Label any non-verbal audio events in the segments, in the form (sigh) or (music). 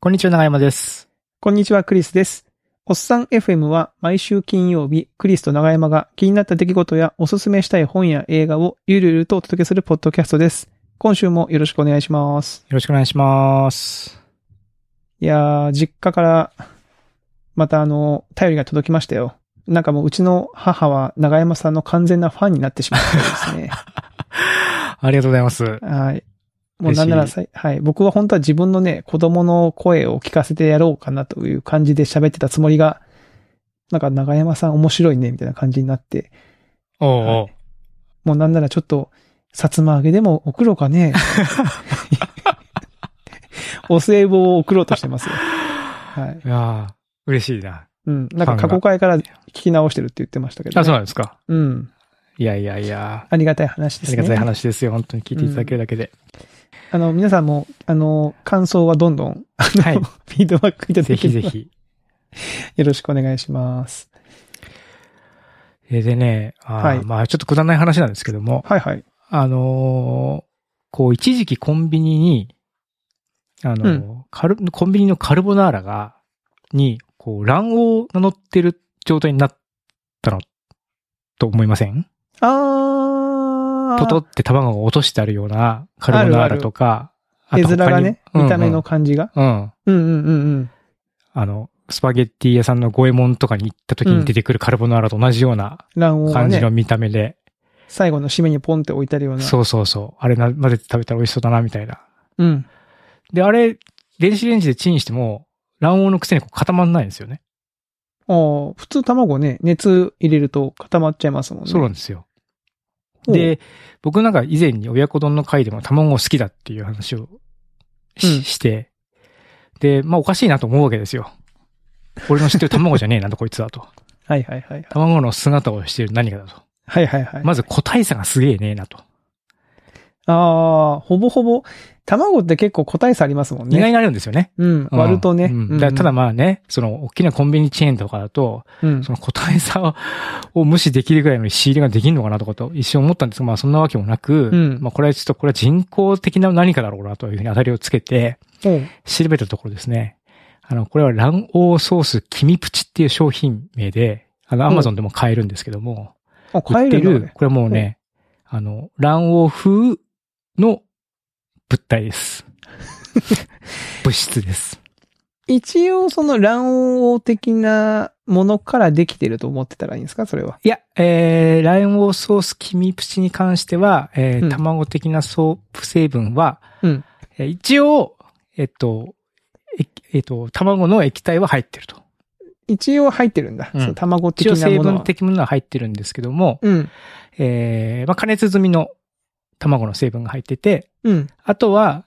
こんにちは、長山です。こんにちは、クリスです。おっさん FM は毎週金曜日、クリスと長山が気になった出来事やおすすめしたい本や映画をゆるゆるとお届けするポッドキャストです。今週もよろしくお願いします。よろしくお願いします。いやー、実家から、またあの、頼りが届きましたよ。なんかもううちの母は長山さんの完全なファンになってしまったようですね。ありがとうございます。はい。もうなんならさい、はい。僕は本当は自分のね、子供の声を聞かせてやろうかなという感じで喋ってたつもりが、なんか長山さん面白いね、みたいな感じになって、おうおう、はいもうなんならちょっと、さつま揚げでも送ろう (laughs) かね。お歳暮を送ろうとしてますよ。はい。い、やー嬉しいな。うん。なんか過去回から聞き直してるって言ってましたけど、あ、そうなんですか。うん。いやいやいや、ありがたい話でありすね。がたい話ですよ。本当に聞いていただけるだけで。あの、皆さんも、あの、感想はどんどん、あの、はい (laughs) フィードバックいただけぜればひぜひ。 (laughs) よろしくお願いします。えーでね、あーはいまあちょっとくだらない話なんですけども、はいはい。あのーこう一時期コンビニに、あのーカルコンビニのカルボナーラが、に、こう卵黄が乗ってる状態になったの、と思いませんあー。ポトって卵を落としてあるようなカルボナーラとか、あ絵と他面にがね、見た目の。感じが。うんうん、うん。うんうんうんうん。あの、スパゲッティ屋さんの五右衛門とかに行った時に出てくるカルボナーラと同じような卵黄が感じのね、見た目で、最後の締めにポンって置いてあるような。そうそうそう。あれな、混ぜて食べたら美味しそうだな、みたいな。う。うん。で、あれ、電子レンジでチンしても、卵黄のくせにこう固まんないんですよね。あー普通卵ね、熱入れると固まっちゃいますもんね。そうなんですよ。おうで、僕なんか以前に親子丼の回でも卵好きだっていう話をし,、うんて、で、まあおかしいなと思うわけですよ。俺の知ってる卵じゃねえなと、こいつだ (laughs) と。はいはいはいはい。卵の姿をしている何かだと。はいはいはい。まず個体差がすげえねえなと。ああ、ほぼほぼ、卵って結構個体差ありますもん意外ね。にあるんですよね。うん。うん割るとね。うんうんだからただ、まあね、その大きなコンビニチェーンとかだと、うんそ。の個体差をを無視できるぐらいの仕入れができるのかなとかと一瞬思ったんですが、まあそんなわけもなく、うんまあこれはちょっとこれは人工的な何かだろうなというふうに当たりをつけて、おう調べたところですね。あの、これは卵黄ソースキミプチっていう商品名で、あの、アうんマゾンでも買えるんですけども、あ、売買っえてるる、のね。これはもうね、あの、卵黄風の物体 (laughs) です。物質です。一応その卵黄的なものからできてると思ってたらいいんですかそれは。いや、えー、卵黄ソースキミプチに関しては、えーうん卵的なソープ成分は、うんえー一応、えっと、ええっと、卵の液体は入ってると。一応入ってるんだ。うんその卵的一応な成ものは。分的なものは入ってるんですけども、うん。えー、まあ、加熱済みの卵の成分が入ってて、うん。あとは、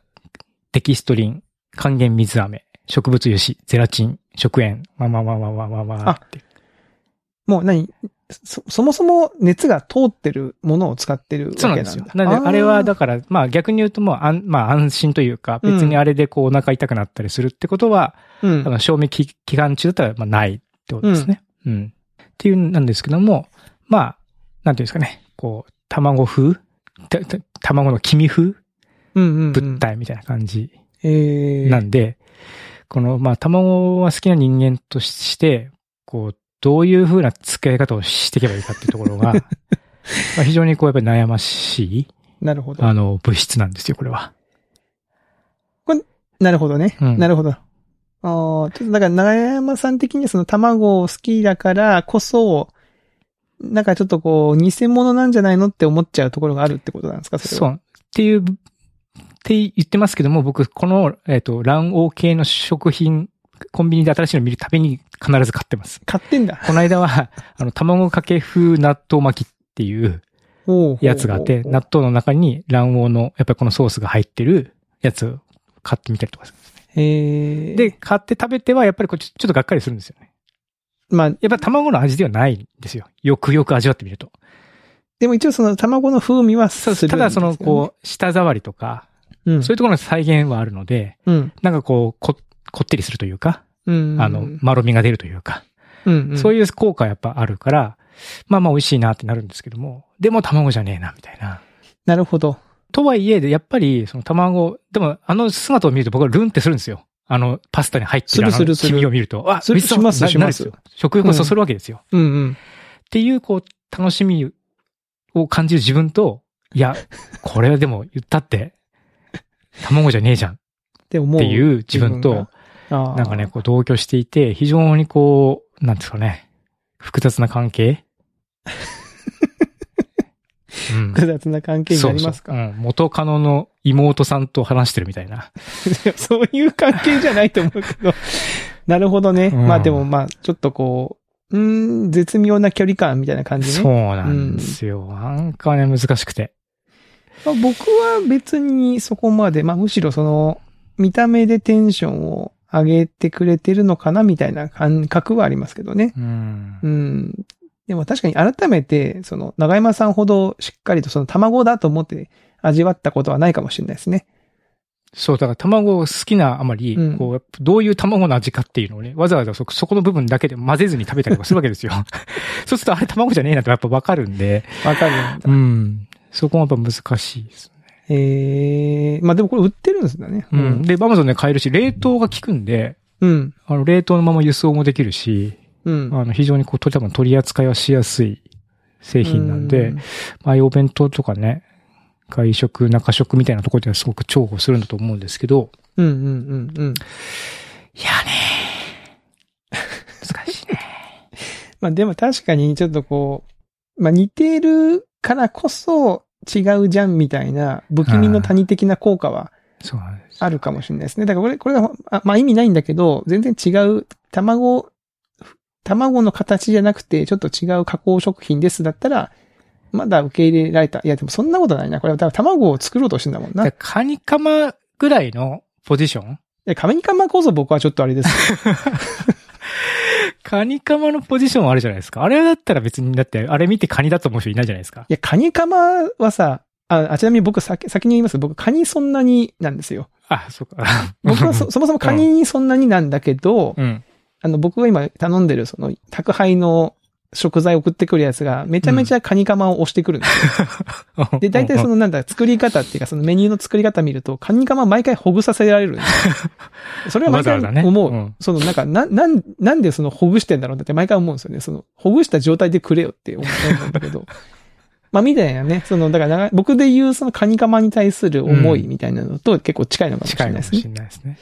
デキストリン、還元水飴、植物油脂、ゼラチン、食塩、まあまあまあまあまあまあまあって。もう何そ、そもそも熱が通ってるものを使ってるわけそうななんんだ。ですよ。なんで、あれは、だから、まあ逆に言うともう、あんまあ安心というか、別にあれでこうお腹痛くなったりするってことは、うあん。の賞味期期間中だったら、まあないってことですね。うん。っていう、なんですけども、まあ、なんていうんですかね、こう、卵風たた卵の黄身風うんうん。物。体みたいな感じええ。なんで、この、まあ、卵が好きな人間として、こう、どういう風な付き合い方をしていけばいいかっていうところ (laughs) が、まあ非常にこう、やっぱり悩ましい、なるほど。あの、物質なんですよ、これは。なるほどね。うんなるほど。ああ、ちょっとだから長山さん的にその卵を好きだからこそ、なんかちょっとこう、偽物なんじゃないのって思っちゃうところがあるってことなんですかそれそは。う。っていう、って言ってますけども、僕、この、えっ、と、卵黄系の食品、コンビニで新しいの見るたびに必ず買ってます。買ってんだ。この間は、 (laughs) あの、卵かけ風納豆巻きっていう、おうやつがあって、ほうほう納豆の中に卵黄の、やっぱりこのソースが入ってるやつを買ってみたりとかする。へえ。で、、買って食べては、やっぱりこうちょちょっとがっかりするんですよね。まあ、やっぱ卵の味ではないんですよ。よくよく味わってみると。でも一応その卵の風味はするんですよね、ただその、こう、舌触りとか、う、うん、そういうところの再現はあるので、うん、なんかこう、こ、こってりするというか、うん。あの、まろみが出るというか、うん、うん。そういう。いう効果はやっぱあるから、まあまあ美味しいなってなるんですけども、でも卵じゃねえな、みたいな。なるほど。とはいえ、やっぱり、その卵、でも、あの姿を見ると僕はルンってするんですよ。あの、パスタに入ってるあするのするする黄身を見ると、あ、する美味しそうしますなしますなるんですよ食欲をそそるわけですよ。うんうん。っていう、こう、楽しみを感じる自分と、いや、これはでも言ったって、卵じゃねえじゃんっでももう。ていう自分と、あーなんかね、、こう同居していて、非常にこう、なんですかね、複雑な関 (laughs) 係うん複雑な関係になりますそうかそううん元カノの妹さんと話してるみたいな。 (laughs) そういう関係じゃないと思うけ (laughs) ど。なるほどね。うんまあでもまあ、ちょっとこう、うーん、絶妙な距離感みたいな感じそうね。なんですよ。なんかね、難しくて。まあ、僕は別にそこまで、まあむしろその、見た目でテンションを上げてくれてるのかなみたいな感覚はありますけどね。うんう。ん。でも確かに改めて、その、長山さんほどしっかりとその卵だと思って味わったことはないかもしれないですね。そう、だから卵好きなあまり、うんこう、どういう卵の味かっていうのをね、わざわざそ、そこの部分だけで混ぜずに食べたりとかするわけ (laughs) ですよ。そうすると、あれ卵じゃねえなってやっぱわかるんで、わかるん (laughs) だ。うん。そこはやっぱ難しいですね。ええまあでもこれ売ってるんですよね。うん。。で、バマゾンで買えるし、冷凍が効くんで、うん。あの、冷凍のまま輸送もできるし、うん。あの、非常にこう、と多分取り扱いはしやすい製品なんで、まあ、ああいうお弁当とかね、外食、中食みたいなところではすごく重宝するんだと思うんですけど、うん。うんうんうんうん。いやね難しいね。まあでも確かにちょっとこう、まあ似てるからこそ違うじゃんみたいな不気味の谷的な効果はそうなんです。あるかもしれないですね。だからこれ、これが、あまあ意味ないんだけど、全然違う、卵、卵の形じゃなくて、ちょっと違う加工食品ですだったら、まだ受け入れられた。いや、でもそんなことないな。これは、だから卵を作ろうとしてんだもんだかなら。カニカマぐらいのポジションで、カメニカマこそ僕はちょっとあれです。カニカマのポジションはあるじゃないですか。あれだったら別に、だって、あれ見てカニだと思う人いないじゃないですか。いや、カニカマはさ、あ、あちなみに僕先、先に言います。僕、カニそんなになんですよ。あ、 (laughs) そうか。僕はそ、そもそもカニそんなになんだけど、うん。あの、僕が今頼んでる、その、宅配の食材送ってくるやつが、めちゃめちゃカニカマを押してくるんですよ。で、大体その、のなんだ、作り方っていうか、そのメニューの作り方見ると、カニカマ毎回ほぐさせられるん (laughs) ですよ。それは毎回わざわざね思う。うんそのなんか、な、なん、なんでそのほぐしてんだろうなって毎回思うんですよね。その、ほぐした状態でくれよって思うんだけど。 (laughs) まあ、みたいなね、その、だから長い、僕で言うそのカニカマに対する思いみたいなのと結構近いのかもしれ近なかいいでもすねし。れないですね。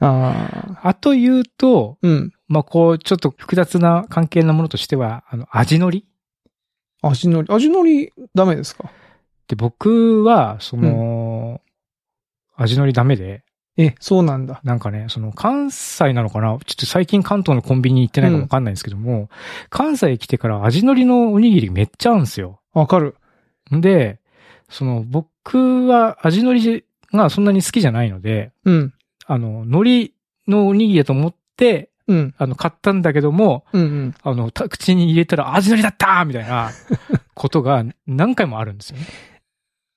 ああ。あと言うと、うん。まあ、こう、ちょっと複雑な関係なものとしては、あの、味のり味のり、味のりダメですかで、僕は、その、味のりダメで、え、そうなんだ。なんかね、その関西なのかなちょっと最近関東のコンビニ行ってないかもわかんないんですけども、関西来てから味のりのおにぎりめっちゃ合うんですよ。わかる。んで、その僕は味のりがそんなに好きじゃないので、うん。あの、海苔のおにぎりだと思って、うん。あの、買ったんだけども、うんうん。あの、た口に入れたら味のりだったーみたい (laughs) なことが何回もあるんですよね。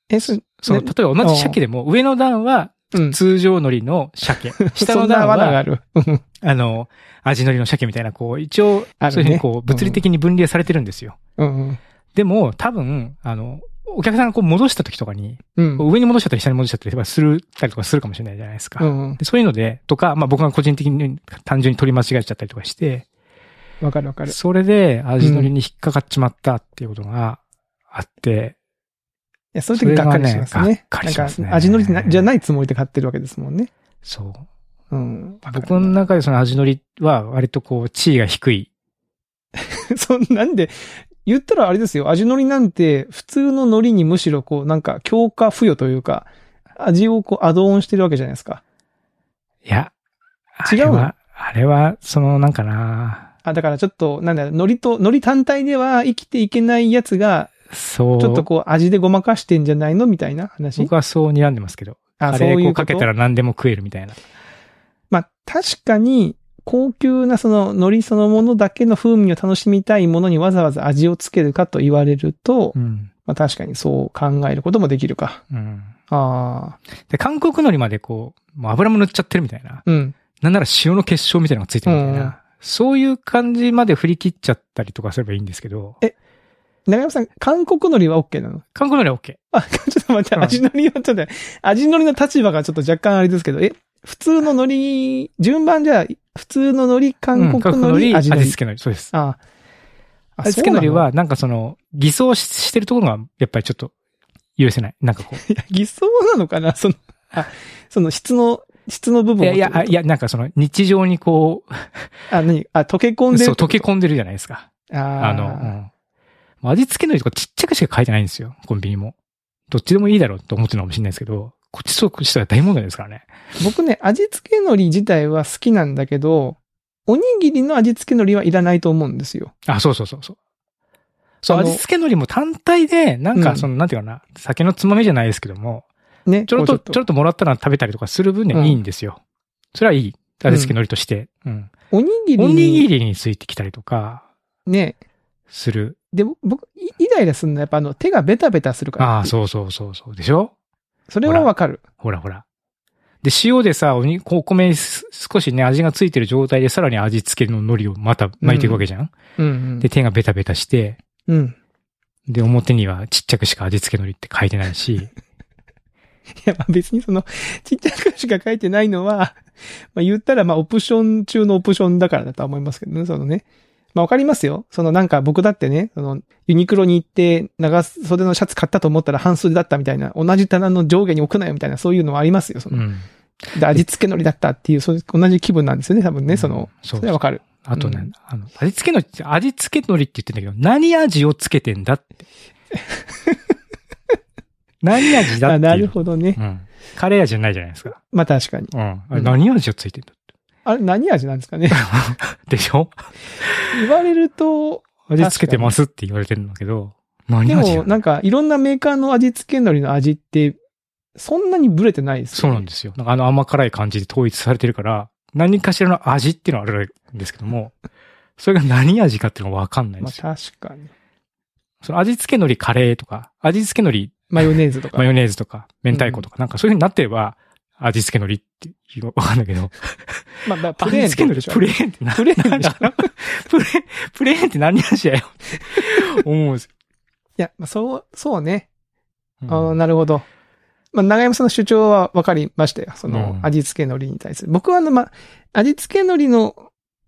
え、そ、その、ね例えば同じ鮭でも、上の段はうん。通常海苔の (laughs) 鮭、下そのんな段罠がはある。うんあの、味のりの鮭みたいな、こう、一応、あるそねういうふうにこう、物理的に分離されてるんですよ。うん。でも、多分、あの、お客さんがこう戻した時とかに、うん。うん上に戻しちゃったり下に戻しちゃったりとかする、たりとかするかもしれないじゃないですか。うん。でそういうので、とか、まあ僕が個人的に単純に取り間違えちゃったりとかして、わかるわかる。それで味のりに引っかかっちまったっていうことがあって、いや、そういう時がっかりしますそね。れがねがっかりしますねなんか、味のりなじゃないつもりで買ってるわけですもんね。そう。うん。わかる僕の中でその味のりは割とこう、地位が低い。 (laughs) そんなんで、言ったらあれですよ。味のりなんて、普通の海苔にむしろこう、なんか、強化付与というか、味をこう、アドオンしてるわけじゃないですか。いや、違あれうのは、あれは、その、なんかなあ、だからちょっと、なんだ、海苔と、海苔単体では生きていけないやつが、そう。ちょっとこう、味でごまかしてんじゃないのみたいな話。僕はそう睨んでますけど。ああれこうこかとけたら何でも食えるみたいな。まあ、確かに、高級なその海苔そのものだけの風味を楽しみたいものにわざわざ味をつけるかと言われると、うん。まあ確かにそう考えることもできるか。うん。ああ、で、韓国海苔までこう、もう油も塗っちゃってるみたいな。うん。なんなら塩の結晶みたいなのがついてるみたいな。うんそういう感じまで振り切っちゃったりとかすればいいんですけど。え長山さん、韓国海苔は OK なの (laughs) 韓国海苔は OK。あ、ちょっと待って、うん味のりはちょっと、味のりの立場がちょっと若干あれですけど、え、普通の海苔、順番じゃ、普通の海苔、韓国の海苔、味味のり付けのり。そうです。ああ。味付けのりそうなの、は、なんかその、偽装ししてるところが、やっぱりちょっと、許せない。なんかこ (laughs) う。偽装なのかなその、あ、その質の、質の部い分をやいや、あいや、なんかその、日常にこう、あ、何あ、溶け込んでそう、る。溶け込んでるじゃないですか。あああの、うんまあ味付けのりとかちっちゃくしか書いてないんですよ。コンビニも。どっちでもいいだろうと思ってるのかもしれないですけど、こっちそうしたら大問題ですからね。僕ね、味付け海苔自体は好きなんだけど、おにぎりの味付け海苔はいらないと思うんですよ。あ、そうそうそうそう。そう、あの味付けのりも単体で、なんうかんその、なんていうかな、酒のつまみじゃないですけども、ね。ちょろっ、ことうちょろっともらったら食べたりとかする分にうはんいいんですよ。それはいい。味付けのりとして。うん。おにぎりおに。にぎりについてきたりとか、ね。する。で、僕、いイライラするのはやっぱあの、手がベタベタするから。ああ、そうそうそうそう。でしょそれはわかる。ほらほら。で、塩でさ、おに、お米にす少しね、味がついてる状態で、さらに味付けの海苔をまた巻いていくわけじゃん、うん、うん。で、手がベタベタして、うん。で、表にはちっちゃくしか味付け海苔って書いてないし、い (laughs) や、まあ別にその、ちっちゃくしか書いてないのは、まあ言ったら、まあオプション中のオプションだからだとは思いますけどね、そのね。まあわかりますよ。そのなんか僕だってね、その、ユニクロに行って長袖のシャツ買ったと思ったら半袖だったみたいな、同じ棚の上下に置くなよみたいな、そういうのはありますよ。その、うん。で味付け海苔だったっていう、そういう同じ気分なんですよね、多分ね、その、うん、そそれはわう。かる。あとね、うんあの、味付け海苔って、味付け海苔って言ってんだけど、何味をつけてんだ (laughs) って。何味だっていあう。なるほどね。うん。カレー味じゃないじゃないですか。まあ確かに。うん。あうれん何味をついてんだって。あれ、何味なんですか (laughs) ね。でしょ言われると、 (laughs) 味付けてますって言われてるんだけど、何で味も、がなんか、いろんなメーカーの味付け海苔の味って、そんなにブレてないですそうよね、なんですよ。なんかあの甘辛い感じで統一されてるから、何かしらの味っていうのはあるんですけども、それが何味かっていうのはわかんないんですよ。まあ、確かに。その味付け海苔カレーとか、味付け海苔マヨネーズとか。マヨネーズとか、明太子とか、なんかそういう風になってれば、味付け海苔って言うわかんないけど、まあ、まあ (laughs) プレー味ンっ付けてこと海でし苔プょレーンってなプレーンなんでしだょかなプレーン、プレーンって何味だよって思うんですよ。いや、まあ、そう、そうね。うんああなるほど。まあ、長山さんの主張は分かりましたよ。そのう、ん味付け海苔に対する。僕は、あの、まあ、味付け海苔の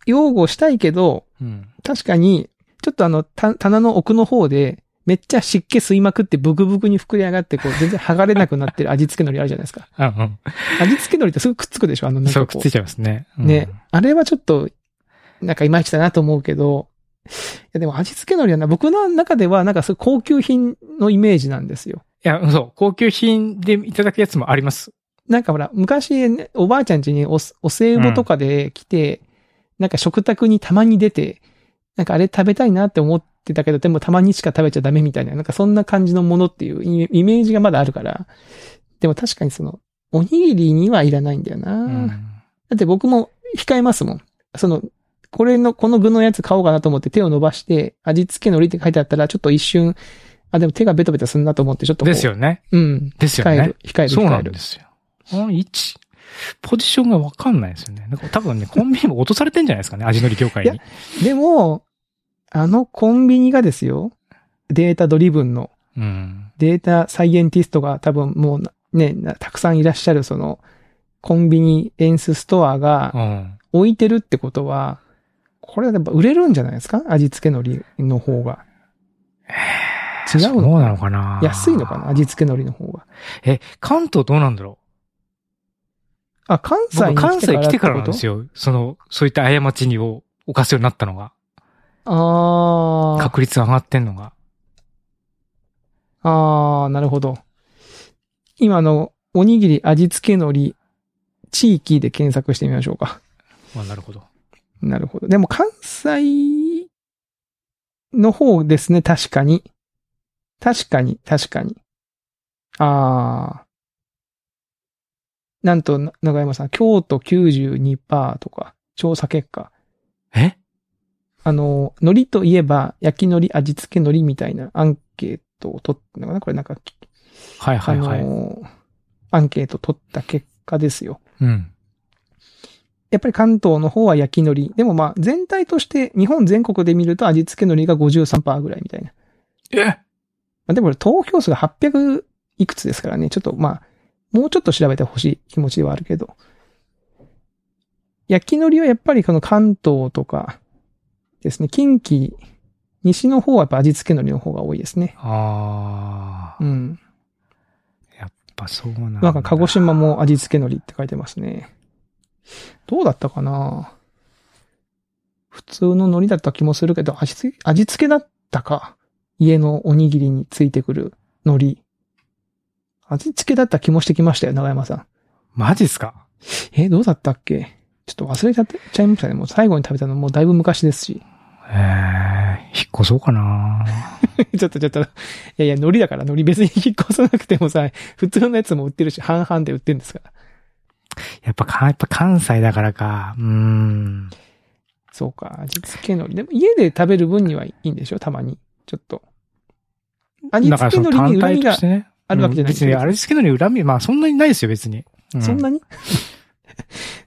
擁護をしたいけど、うん確かに、ちょっとあの、た棚の奥の方で、めっちゃ湿気吸いまくってブクブクに膨れ上がって、こう、全然剥がれなくなってる味付け海苔あるじゃないで (laughs) すか。あうん味付け海苔ってすぐくっつくでしょあの、なんそかう、くこっうつい。ちゃいますね。うんね、あれはちょっと、なんかいまいちだなと思うけど、いやでも味付け海苔はな、僕の中ではなんかすごい高級品のイメージなんですよ。いや、そう、高級品でいただくやつもあります。なんかほら、昔、ね、おばあちゃん家におお歳暮とかで来て、なんか食卓にたまに出て、なんかあれ食べたいなって思ってたけど、でもたまにしか食べちゃダメみたいな、なんかそんな感じのものっていうイイメージがまだあるから、でも確かにその、おにぎりにはいらないんだよな、うんだって僕も控えますもん。その、これの、この具のやつ買おうかなと思って手を伸ばして、味付け海苔って書いてあったら、ちょっと一瞬、あ、でも手がベトベトするなと思って、ちょっとこうです。よね。うん。ですよ控えねる。。控える。そう控なえんるで。すよ。この位置、ポジションがわかんないですよね。なんか多分 (laughs) ね、コンビニも落とされてんじゃないですかね、味のり業界いに。でも、あのコンビニがですよ、データドリブンの、うん。データサイエンティストが多分もうなね、なたくさんいらっしゃるその、コンビニエンスストアがうん。置いてるってことは、これはやっぱ売れるんじゃないですか味付け海苔の方が。違うのそうなのかな安いのかな味付け海苔の方が。え、関東どうなんだろあ、関う西僕に関西来てからなんってことですよ。その、そういった過ちにを犯すようになったのが。あー確率上がってんのが。あー、なるほど。今の、おにぎり味付け海苔、地域で検索してみましょうか。あなるほど。なるほど。でも関西の方ですね、確かに。確かに、確かに。あー。なんと、な長山さん、京都92%とか、調査結果。えあの、海苔といえば、焼き海苔、味付け海苔みたいなアンケートを取ったのかなこれなんか、はいはいはあい。の、アンケート取った結果ですよ。うん。やっぱり関東の方は焼き海苔。でもまあ、全体として、日本全国で見ると味付け海苔が53%ぐらいみたいな。えまあ、でもこれ投票数が800いくつですからね。ちょっとまあ、もうちょっと調べてほしい気持ちではあるけど。焼き海苔はやっぱりこの関東とかですね、近畿、西の方はやっぱ味付け海苔の方が多いですね。ああ、うん。やっぱそうなんだ。なんか鹿児島も味付け海苔って書いてますね。どうだったかな普通の海苔だった気もするけど、味付け、味付けだったか。家のおにぎりについてくる海苔。味付けだった気もしてきましたよ、長山さん。マジっすかえ、どうだったっけちょっと忘れちゃってちゃいましたね。もう最後に食べたのもうだいぶ昔ですし。 (laughs) ええ引っ越そうかなちょっとちょっと、いやいや、海苔だから海苔別に引っ越さなくてもさ、普通のやつも売ってるし、半々で売ってるんですから。やっぱか、やっぱ関西だからか。うーん。そうか、味付け海苔。でも家で食べる分にはいいんでしょたまに。ちょっと。味だか付らけその海苔単体に恨みとがしてね。あるわけじゃないうん別に、あれですけどね、恨み、まあそんなにないですよ、別に。うそんなに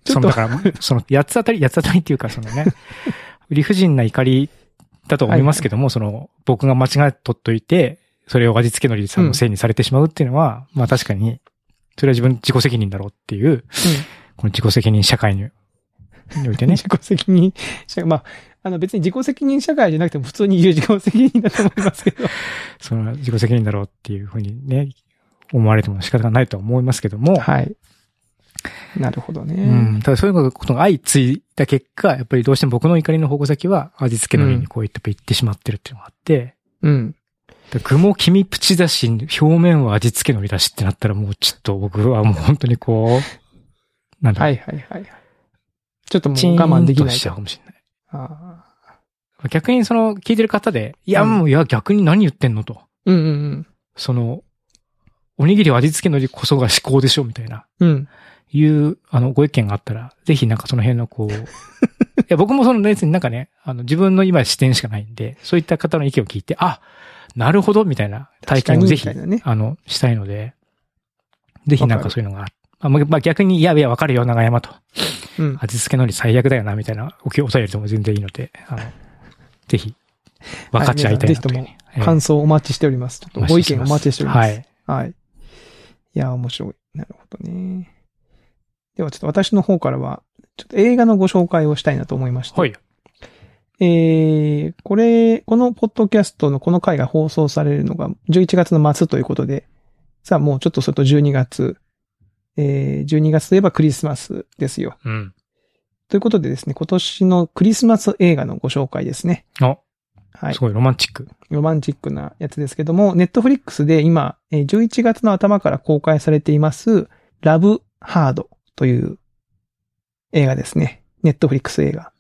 ちそょっの、とだ、から、その、八つ当たり、八つ当たりっていうか、その (laughs) ね、理不尽な怒りだと思いますけども、その、僕が間違えとっといて、それを味付けのりさんのせいにされてしまうっていうのは、まあ確かに、それは自分、自己責任だろうっていう、この自己責任社会に、においてね自、己責任社、まあ、あの別に自己責任社会じゃなくても普通に言う自己責任だと思いますけど。 (laughs) その自己責任だろうっていうふうにね、思われても仕方がないとは思いますけども、はい。なるほどね。うん、ただそういうことが相次いだ結果、やっぱりどうしても僕の怒りの矛先は味付けのりにこういった行ってしまってるっていうのがあって、うん。だ具も黄身プチだし、表面は味付けのりだしってなったらもうちょっと僕はもう本当にこ (laughs) う、なんだ、はいはいはいはい。ちょっともうチーン我慢できとないし。ちゃうかもしれない。ああ逆にその聞いてる方で、いやうんもういや逆に何言ってんのと。うんうんその、おにぎりは味付けのりこそが至高でしょみたいな、うん。うん。いう、あの、ご意見があったら、ぜひなんかその辺の (laughs) こう、いや僕もその別になんかね、あの自分の今視点しかないんで、そういった方の意見を聞いて、あ、なるほどみたいな体験をぜひ確かにみたいなね。あの、したいので、ぜひなんかわかそういうのが、あまあまあ、逆に、いやいや、わかるよ、長山と。うん。味付けのり最悪だよな、みたいな、お気を抑えるとも全然いいので、 (laughs) あの、ぜひ、分かち合いたいなというふうに、ええ感想お待ちしております。ちょっとご意見お待ちしております。はい。はい。いや、面白い。なるほどね。では、ちょっと私の方からは、ちょっと映画のご紹介をしたいなと思いまして。はい。えー、これ、このポッドキャストのこの回が放送されるのが11月の末ということで、さあもうちょっとすると12月、えー、12月といえばクリスマスですよ。うん。ということでですね、今年のクリスマス映画のご紹介ですね。あ、はいす。ごいロマンチック。ロマンチックなやつですけども、ネットフリックスで今、えー11月の頭から公開されています、ラブ・ハードという映画ですね。ネットフリックス映画。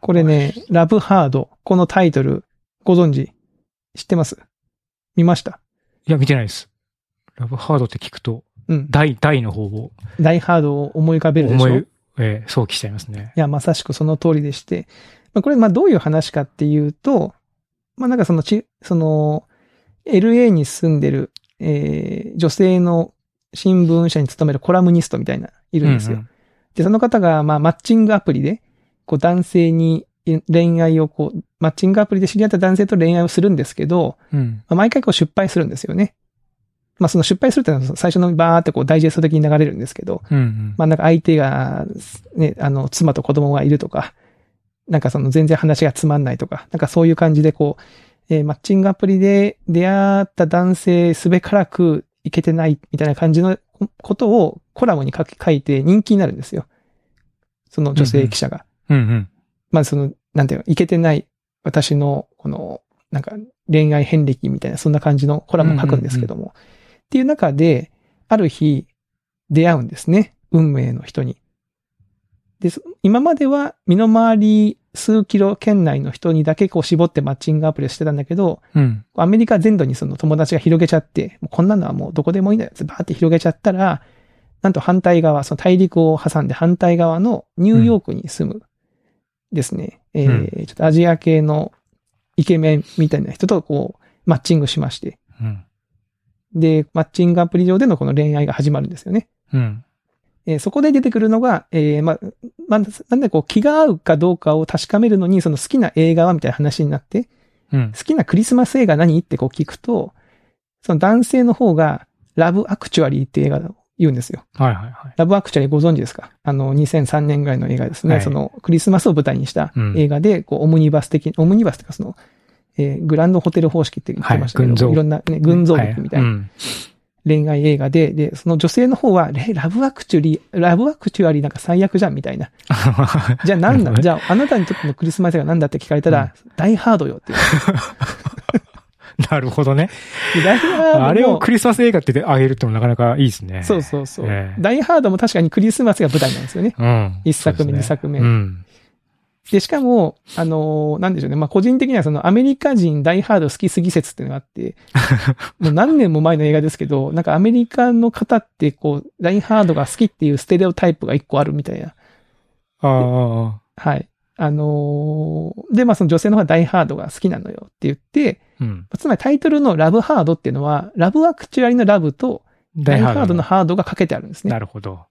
これね、ラブ・ハード、このタイトル、ご存知知ってます見ましたいや、見てないです。ラブハードって聞くと、うん。大、大の方をダイ・ハードを思い浮かべるでしょ思い、ええ想起しちゃいますね。いや、まさしくその通りでして、まあ、これ、まあ、どういう話かっていうと、まあ、なんかそのち、その、LA に住んでる、えー女性の新聞社に勤めるコラムニストみたいな、いいるんですよ。で、その方が、まあ、マッチングアプリで、こう、男性にえ恋愛を、こう、マッチングアプリで知り合った男性と恋愛をするんですけど、うん。うん。まあ毎回こう失敗するんですよね。まあ、その失敗するっていうのは、最初のバーってこう、ダイジェスト的に流れるんですけど、うんうん。まあなんか相手が、ね、あの、妻と子供がいるとか、なんかその全然話がつまんないとか、なんかそういう感じでこう、えーマッチングアプリで出会った男性すべからくいけてないみたいな感じのこことをコラムに書き書いて人気になるんですよ。その女性記者が。うんうん。まあその、なんていうの、いけてない私の、この、なんか恋愛遍歴みたいな、そんな感じのコラムを書くんですけども。っていう中で、ある日、出会うんですね。運命の人に。で、そ今までは身の回り数キロ圏内の人にだけこう絞ってマッチングアプリをしてたんだけど、うん。アメリカ全土にその友達が広げちゃって、もうこんなのはもうどこでもいいんだよ、バーって広げちゃったら、なんと反対側、その大陸を挟んで反対側のニューヨークに住む、ですね、えーちょっとアジア系のイケメンみたいな人とこう、マッチングしまして、うん。で、マッチングアプリ上でのこの恋愛が始まるんですよね。うん。えーそこで出てくるのが、えーま、ま、なんでこう気が合うかどうかを確かめるのに、その好きな映画はみたいな話になって、うん。好きなクリスマス映画何ってこう聞くと、その男性の方が、ラブアクチュアリーって映画を言うんですよ。はいはいはい。ラブアクチャリーご存知ですかあの、2003年ぐらいの映画ですね。はいその、クリスマスを舞台にしたうん映画で、こう、オムニバス的、オムニバスというかその、えーグランドホテル方式って言ってましたけはい群ど、像いろんな、ね、群像劇みたいはなうん恋愛映画で、で、その女性の方は、えラブアクチュリー、ラブアクチュアリーなんか最悪じゃんみたいな。じゃあ何ななのるほどねじゃああなたにとってのクリスマス映画何だって聞かれたら、ダイハードよっていう。 (laughs) なるほどね。でダイハードもあれをクリスマス映画ってあげるってもなかなかいいですね。そうそうそう、ええダイハードも確かにクリスマスが舞台な (laughs) んですよね。うん。一作そうです目ね二作目うん。で、しかも、あのーなんでしょうね。まあ、個人的にはそのアメリカ人ダイハード好きすぎ説っていうのがあ (laughs) って、もう何年も前の映画ですけど、なんかアメリカの方ってこう、ダイハードが好きっていうステレオタイプが一個あるみたいな。ああ。はい。あのーで、まあ、その女性の方はダイハードが好きなのよって言って、うん。つまりタイトルのラブハードっていうのは、ラブアクチュアリのラブと、ダイハードのハードがかけてあるんですねな。るほど。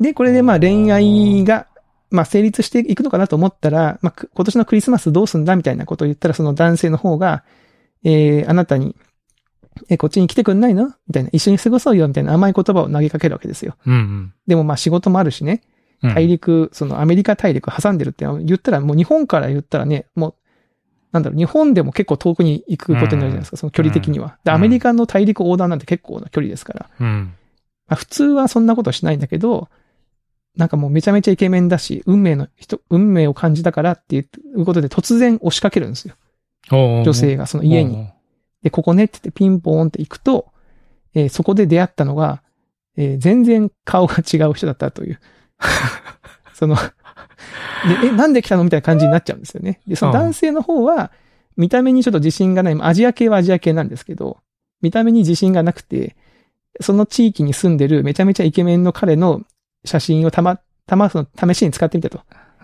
で、これでまあ恋愛が、まあ成立していくのかなと思ったら、まあく今年のクリスマスどうすんだみたいなことを言ったら、その男性の方が、えー、あなたに、えーこっちに来てくんないのみたいな、一緒に過ごそうよみたいな甘い言葉を投げかけるわけですよ。うんでもまあ仕事もあるしね、うん。うん大陸、そのアメリカ大陸挟んでるって言ったら、もう日本から言ったらね、もう、なんだろう、日本でも結構遠くに行くことになるじゃないですか、その距離的には。で、うんアメリカの大陸横断なんて結構な距離ですから。うん。まあ、普通はそんなことしないんだけど、なんかもうめちゃめちゃイケメンだし、運命の人、運命を感じたからっていうことで突然押しかけるんですよ。おー女性がその家に。。で、ここねって言ってピンポーンって行くと、えーそこで出会ったのが、えー全然顔が違う人だったという。 (laughs) その、で、え、なんで来たのみたいな感じになっちゃうんですよね。で、その男性の方は、見た目にちょっと自信がない、まあアジア系はアジア系なんですけど、見た目に自信がなくて、その地域に住んでるめちゃめちゃイケメンの彼の写真をたま、たま、その試しに使ってみたと。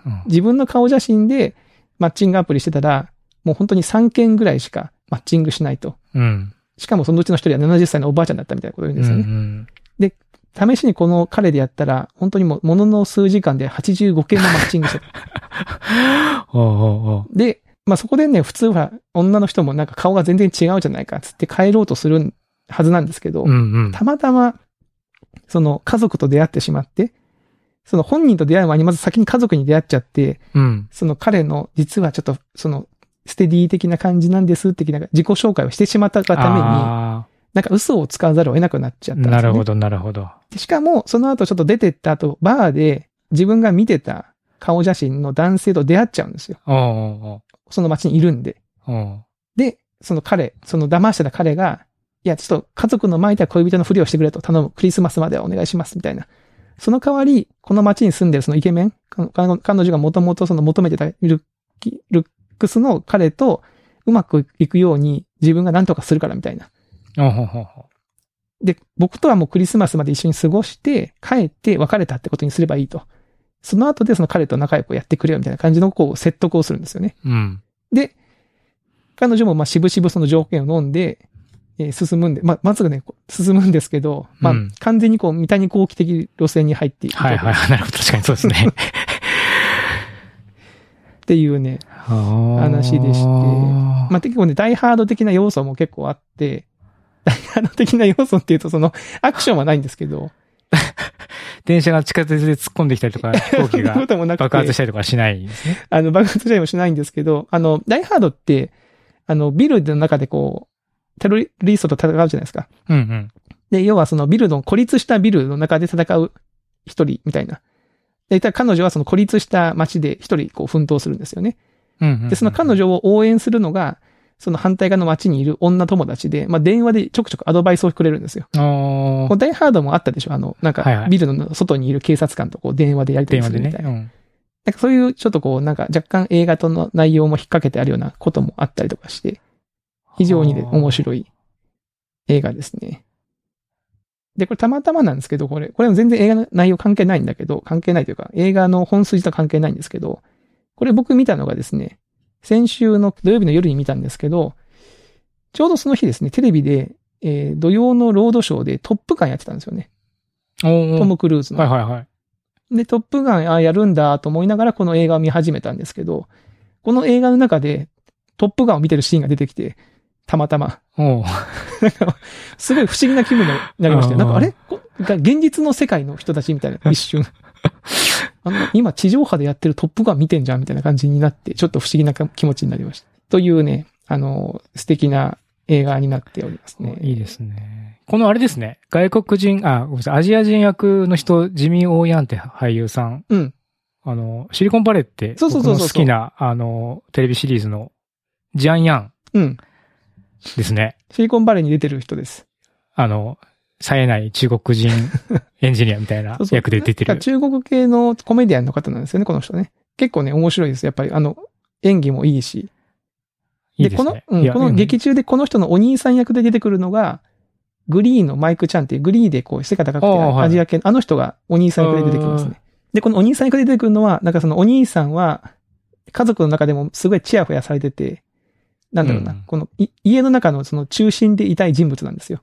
うん自分の顔写真でマッチングアプリしてたら、もう本当に3件ぐらいしかマッチングしないと。うん。しかもそのうちの一人は70歳のおばあちゃんだったみたいなこと言うんですよね。ね。試しにこの彼でやったら、本当にもうものの数時間で85件もマッチ (laughs) ングしてた。おーおーおで、まあそこでね、普通は女の人もなんか顔が全然違うじゃないかっつって帰ろうとするはずなんですけど、ーうんうん。たまたま、その家族と出会ってしまって、その本人と出会う前にまず先に家族に出会っちゃって、うん。その彼の実はちょっとそのステディ的な感じなんです的な自己紹介をしてしまったがために、あなんか嘘を使わざるを得なくなっちゃーったんですよ、ね。なるほど、なるほど。でしかも、その後ちょっと出てった後、バーで自分が見てた顔写真の男性と出会っちゃうんですよ。おーおその街にいるんで。ーおーおで、その彼、その騙してた彼が、いや、ちょっと家族の前では恋人のふりをしてくれと頼む。クリスマスまではお願いします、みたいな。その代わり、この街に住んでるそのイケメン、かか彼女がもともとその求めてたルッキルックスの彼とうまくいくように自分が何とかするから、みたいな。ーおーおーで、僕とはもうクリスマスまで一緒に過ごして、帰って別れたってことにすればいいと。その後でその彼と仲良くやってくれよみたいな感じのこう説得をするんですよね。うん。で、彼女もまあ渋々その条件を飲んで、えー進むんで、まあ、まずね、こう進むんですけど、まあうん、完全にこう、三谷幸喜的路線に入っていくはいはいっはい。なるほど。確かにそうです (laughs) ね。ていうね、話話でしてままあ、結構ね、ダイハード的な要素も結構あって、 (laughs) ダイハード的な要素っていうと、その、アクションはないんですけど、電車が地下鉄で突っ込んできたりと (laughs) か、飛行そ機んなこがともなくて爆発したりとかはしないんですね。あの、爆発したりもしないんですけど、あの、ダイハードって、あの、ビルの中でこう、テロリストと戦うじゃないですか。うんうん。で、要はそのビルの、孤立したビルの中で戦う一人みたいな。で、ただ彼女はその孤立した街で一人こう奮闘するんですよね。うんうんうん。で、その彼女を応援するのが、その反対側の街にいる女友達で、まあ、電話でちょくちょくアドバイスをくれるんですよ。おこーうダイハードもあったでしょあの、なんはいかは、いビルの外にいる警察官とこう電話でやり取電りす話でるみたいねな。。うんなんかそういうちょっとこう、なんか若干映画との内容も引っ掛けてあるようなこともあったりとかして、非常にねはあ面白い映画ですね。で、これたまたまなんですけど、これ、これも全然映画の内容関係ないんだけど、関係ないというか、映画の本筋とは関係ないんですけど、これ僕見たのがですね、先週の土曜日の夜に見たんですけど、ちょうどその日ですね、テレビで、えー土曜のロードショーでトップガンやってたんですよね。おートム・クルーズの。はいはいはい。で、トップガン、あやるんだと思いながらこの映画を見始めたんですけど、この映画の中でトップガンを見てるシーンが出てきて、たまたま。おーすごい不思議な気分になりましたよ。あーなんか、あれこが現実の世界の人たち (laughs) みたいな、一瞬。あの、今地上波でやってるトップガン見てんじゃんみたいな感じになって、ちょっと不思議な気持ちになりました。というね、あの、素敵な映画になっておりますね。いいですね。このあれですね。外国人、あ、ごめんなさい。アジア人役の人、ジミー・オーヤンって俳優さん。うん。あの、シリコンバレーって、そうそうそうそ僕のう好きな、あの、テレビシリーズの、ジャン・ヤンうん。ですね。シリコンバレーに出てる人です。あの、冴えない中国人エンジニアみたいな (laughs) そうそう役で出てなんるか。中国系のコメディアンの方なんですよね、この人ね。結構ね、面白いです。やっぱり、あの、演技もいいし。いいで、でこすのね、。うんいやこの劇中でこの人のお兄さん役で出てくるのが、グリーンのマイクちゃんっていう、グリーでこう、背が高くてああはいアジア系の、あの人がお兄さん役で出てきますね。で、このお兄さん役で出てくるのは、なんかそのお兄さんは、家族の中でもすごいチヤホヤされてて、なんだろうな、うんこのい家の中のその中心でいたい人物なんですよ。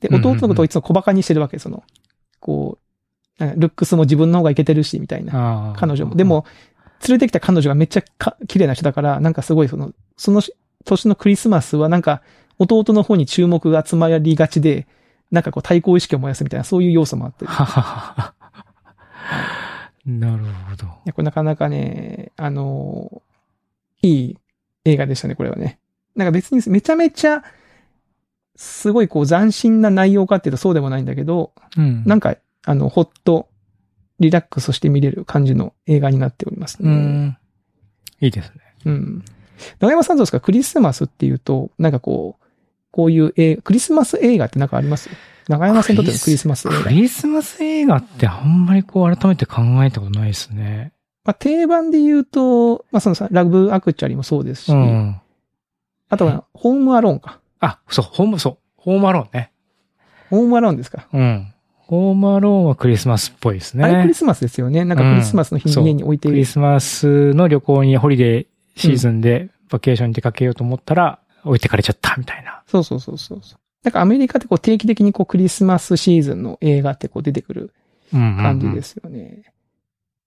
で、うんうんうん弟のことをいつも小馬鹿にしてるわけ、その、こう、なんかルックスも自分の方がイケてるし、みたいな。あー彼女も。で、も、連れてきた彼女がめっちゃか綺麗な人だから、なんかすごいその、そのし年のクリスマスはなんか、弟の方に注目が集まりがちで、なんかこう対抗意識を燃やすみたいな、そういう要素もあって。いはははは (laughs) なるほど。やこれなかなかね、あのーいい映画でしたね、これはね。なんか別にめちゃめちゃ、すごいこう斬新な内容かっていうとそうでもないんだけど、うん。なんか、あの、ほっと、リラックスして見れる感じの映画になっておりますうね。ん。いいですね。うん。長山さんどうですかクリスマスっていうと、なんかこう、こういう映画、クリスマス映画ってなんかあります長山さんにとってのクリスマス映画。クリスマス映画ってあんまりこう改めて考えたことないですね。まあ、定番で言うと、まあそのさ、ラブアクチャリもそうですし、うん。あとは、ホームアローンか。あ、そう、ホーム、そう、ホームアローンね。ホームアローンですか。うん。ホームアローンはクリスマスっぽいですね。あれクリスマスですよね。なんかクリスマスの日うんそにう家に置いてクるリ。スマスの旅行にホリデーシーズンでバケーションに出かけようと思ったら、置いてかれちゃったみたいな。そうそうそうそうそう。なんかアメリカってこう定期的にこうクリスマスシーズンの映画ってこう出てくるうん。感じですすよね。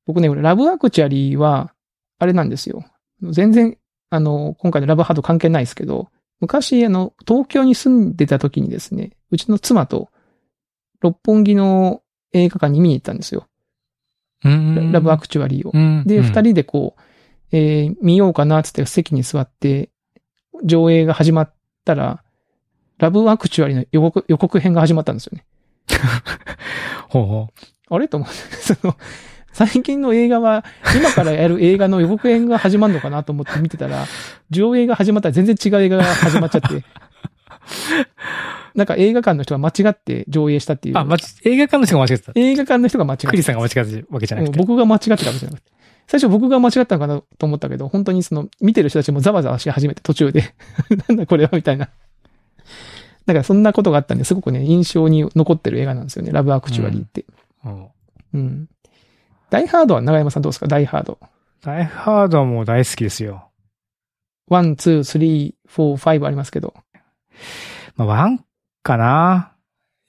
僕ね、これラブアクチャリーは、あれなんですよ。全然、あの、今回のラブハード関係ないですけど、昔、あの、東京に住んでた時にですね、うちの妻と、六本木の映画館に見に行ったんですよ。うん。ラブアクチャリーを。うん。で、うん二、。人でこう、えー見ようかなってって席に座って、上映が始まったら、ラブアクチュアリーの予告予告編が始まったんですよね。ほうほ。あれと思って、その、最近の映画は、今からやる映画の予告編が始まるのかなと思って見てたら、上映が始まったら全然違う映画が始まっちゃって、なんか映画館の人が間違って上映したっていうう。あ、ま、映画館の人が間違ってた。映画館の人が間違ってクリさんが間違ってたわけじゃなくうんて。僕が間違ってたわけじゃなくて。最初僕が間違ったのかなと思ったけど、本当にその、見てる人たちもざわざわし始めて途中で、 (laughs) なんだこれはみたいな。だからそんなことがあったんで、すごくね、印象に残ってる映画なんですよね。ラブアクチュアリーって。うんうん。ダイハードは長山さんどうですかダイハード。ダイハードも大好きですよ。ワン、ツー、スリー、フォー、ファイブありますけど。まあ、ワンかな。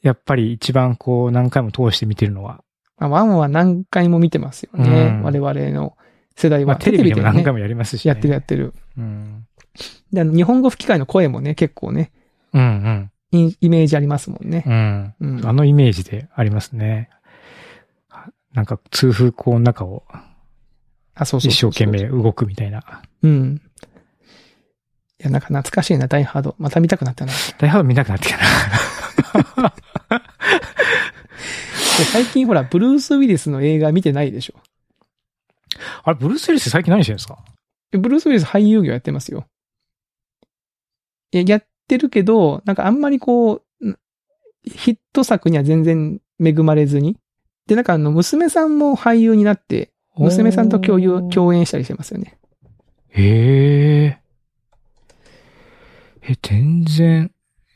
やっぱり一番こう何回も通して見てるのは。まあ、ワンは何回も見てますよね。うん我々の世代まは。あ、テレビでも何回も、もやりますし、ね。やってるやってる。うん。で、あの日本語吹き替えの声もね、結構ね、うんイイメージありますもんねうん。。うん。うん。あのイメージでありますね。なんか、通風口の中をあ、そうそう一そう生懸命動くみたいな。うん。いや、なんか懐かしいな、ダイハード。また見たくなったな。で大半見なくなってきたな。最近ほら、ブルース・ウィリスの映画見てないでしょ。あれ、ブルース・ウィリス最近何してるんですかえブルース・ウィリス俳優業やってますよ。え、やってるけど、なんかあんまりこう、んヒット作には全然恵まれずに。で、なんかあの、娘さんも俳優になって、娘さんと共有、演。共演したりしてますよね。へえ。え、全然、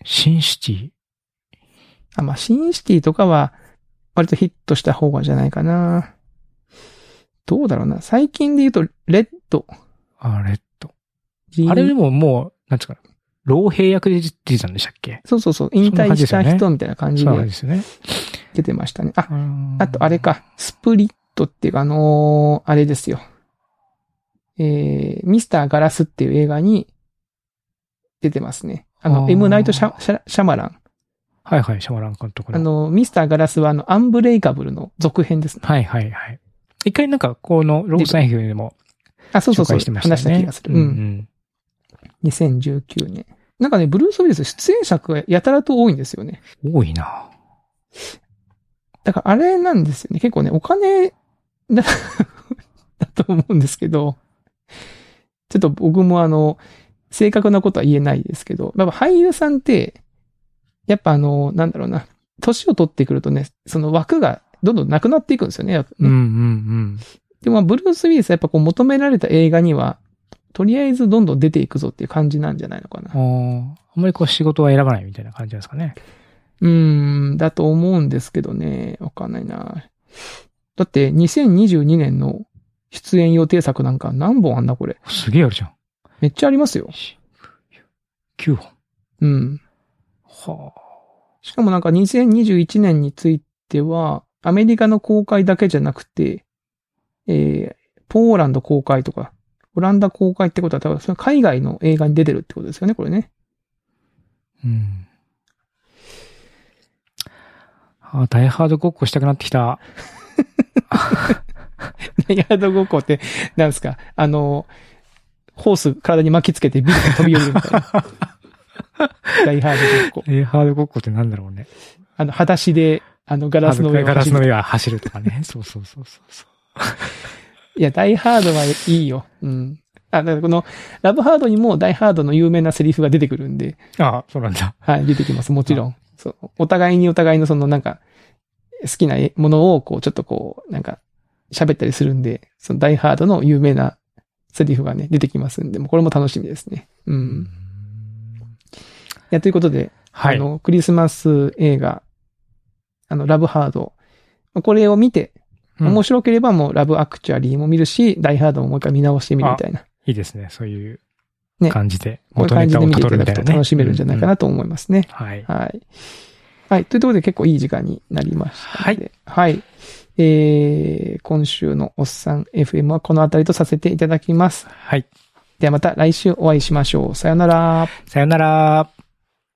シンシティ。あ、まあ、シンシティとかは、割とヒットした方がじゃないかな。どうだろうな。最近で言うと、レッド。あれと。リーあれでももう、なんつうかな。老兵役で出てたんでしたっけそうそうそう、引退した人みたいな感じそうでですよね。出てましたね。あ、あとあれか。か、スプリットっていうか、あのーあれですよ。えー、ミスターガラスっていう映画に出てますね。ああの、ー M ナイトシャシャシャマランはいはい、シャマラン監督の。あの、ミスターガラスはあの、アンブレイカブルの続編ですね。はいはいはい。一回なんか、このローサンヒルでもあ、そう紹そうそう。介してましたね。話した気がする。ううん。うんん。 2019年。なんかね、ブルース・ウィルス出演者がやたらと多いんですよね。多いなだからあれなんですよね。結構ね、お金だ、 (laughs) だと思うんですけど、ちょっと僕もあの、正確なことは言えないですけど、やっぱ俳優さんって、やっぱあの、なんだろうな、年を取ってくるとね、その枠がどんどんなくなっていくんですよね。やっぱうんねうんうん。でもまあブルース・ウィルスはやっぱこう求められた映画には、とりあえずどんどん出ていくぞっていう感じなんじゃないのかなあ。ーあんまりこう仕事は選ばないみたいな感じなんですかね。うーん、だと思うんですけどね。わかんないな。だって、2022年の出演予定作なんか何本あんなこれ。すげえあるじゃん。めっちゃありますよ。 9本。うん。はしかもなんか2021年については、アメリカの公開だけじゃなくて、えー、ポーランド公開とか、オランダ公開ってことは多分、それ海外の映画に出てるってことですよね、これね。あ。うん。あーダイハードごっこしたくなってきた。ヤードごっこって、なんですか (laughs) あの、ホース体に巻きつけてビルから飛び降りるみたい (laughs) な。大ハードごっこ。ダイハードごっこってなんだろうね。あの、裸足で、あの、ガガラスの上をガラ走スのる。上は走るとかね。 (laughs) そうそうそうそうそう。いや、ダイハードはいいよ。うん。あ、だからこの、ラブハードにもダイハードの有名なセリフが出てくるんで、ああ、そうなんだ。はい、出てきます。もちろん。そう。お互いにお互いのそのなんか、好きなものをこう、ちょっとこう、なんか、喋ったりするんで、そのダイハードの有名なセリフがね、出てきますんで、もうこれも楽しみですね。う。うんいや、ということで、はあい。の、クリスマス映画、あの、ラブハード。これを見て、うん面白ければもうラブアクチュアリーも見るし、ダイハードももう一回見直してみるみたいな。いいですね。そういうね感じで、こういう元ネ感じタでを見たていどたるみだたくいとなね。楽しめるんじゃないかなと思いますね。はい。はい。はい。というところで結構いい時間になりましたので。はい。えー、今週のおっさん FM はこの辺りとさせていただきます。はい。ではまた来週お会いしましょう。さよなら。さよなら。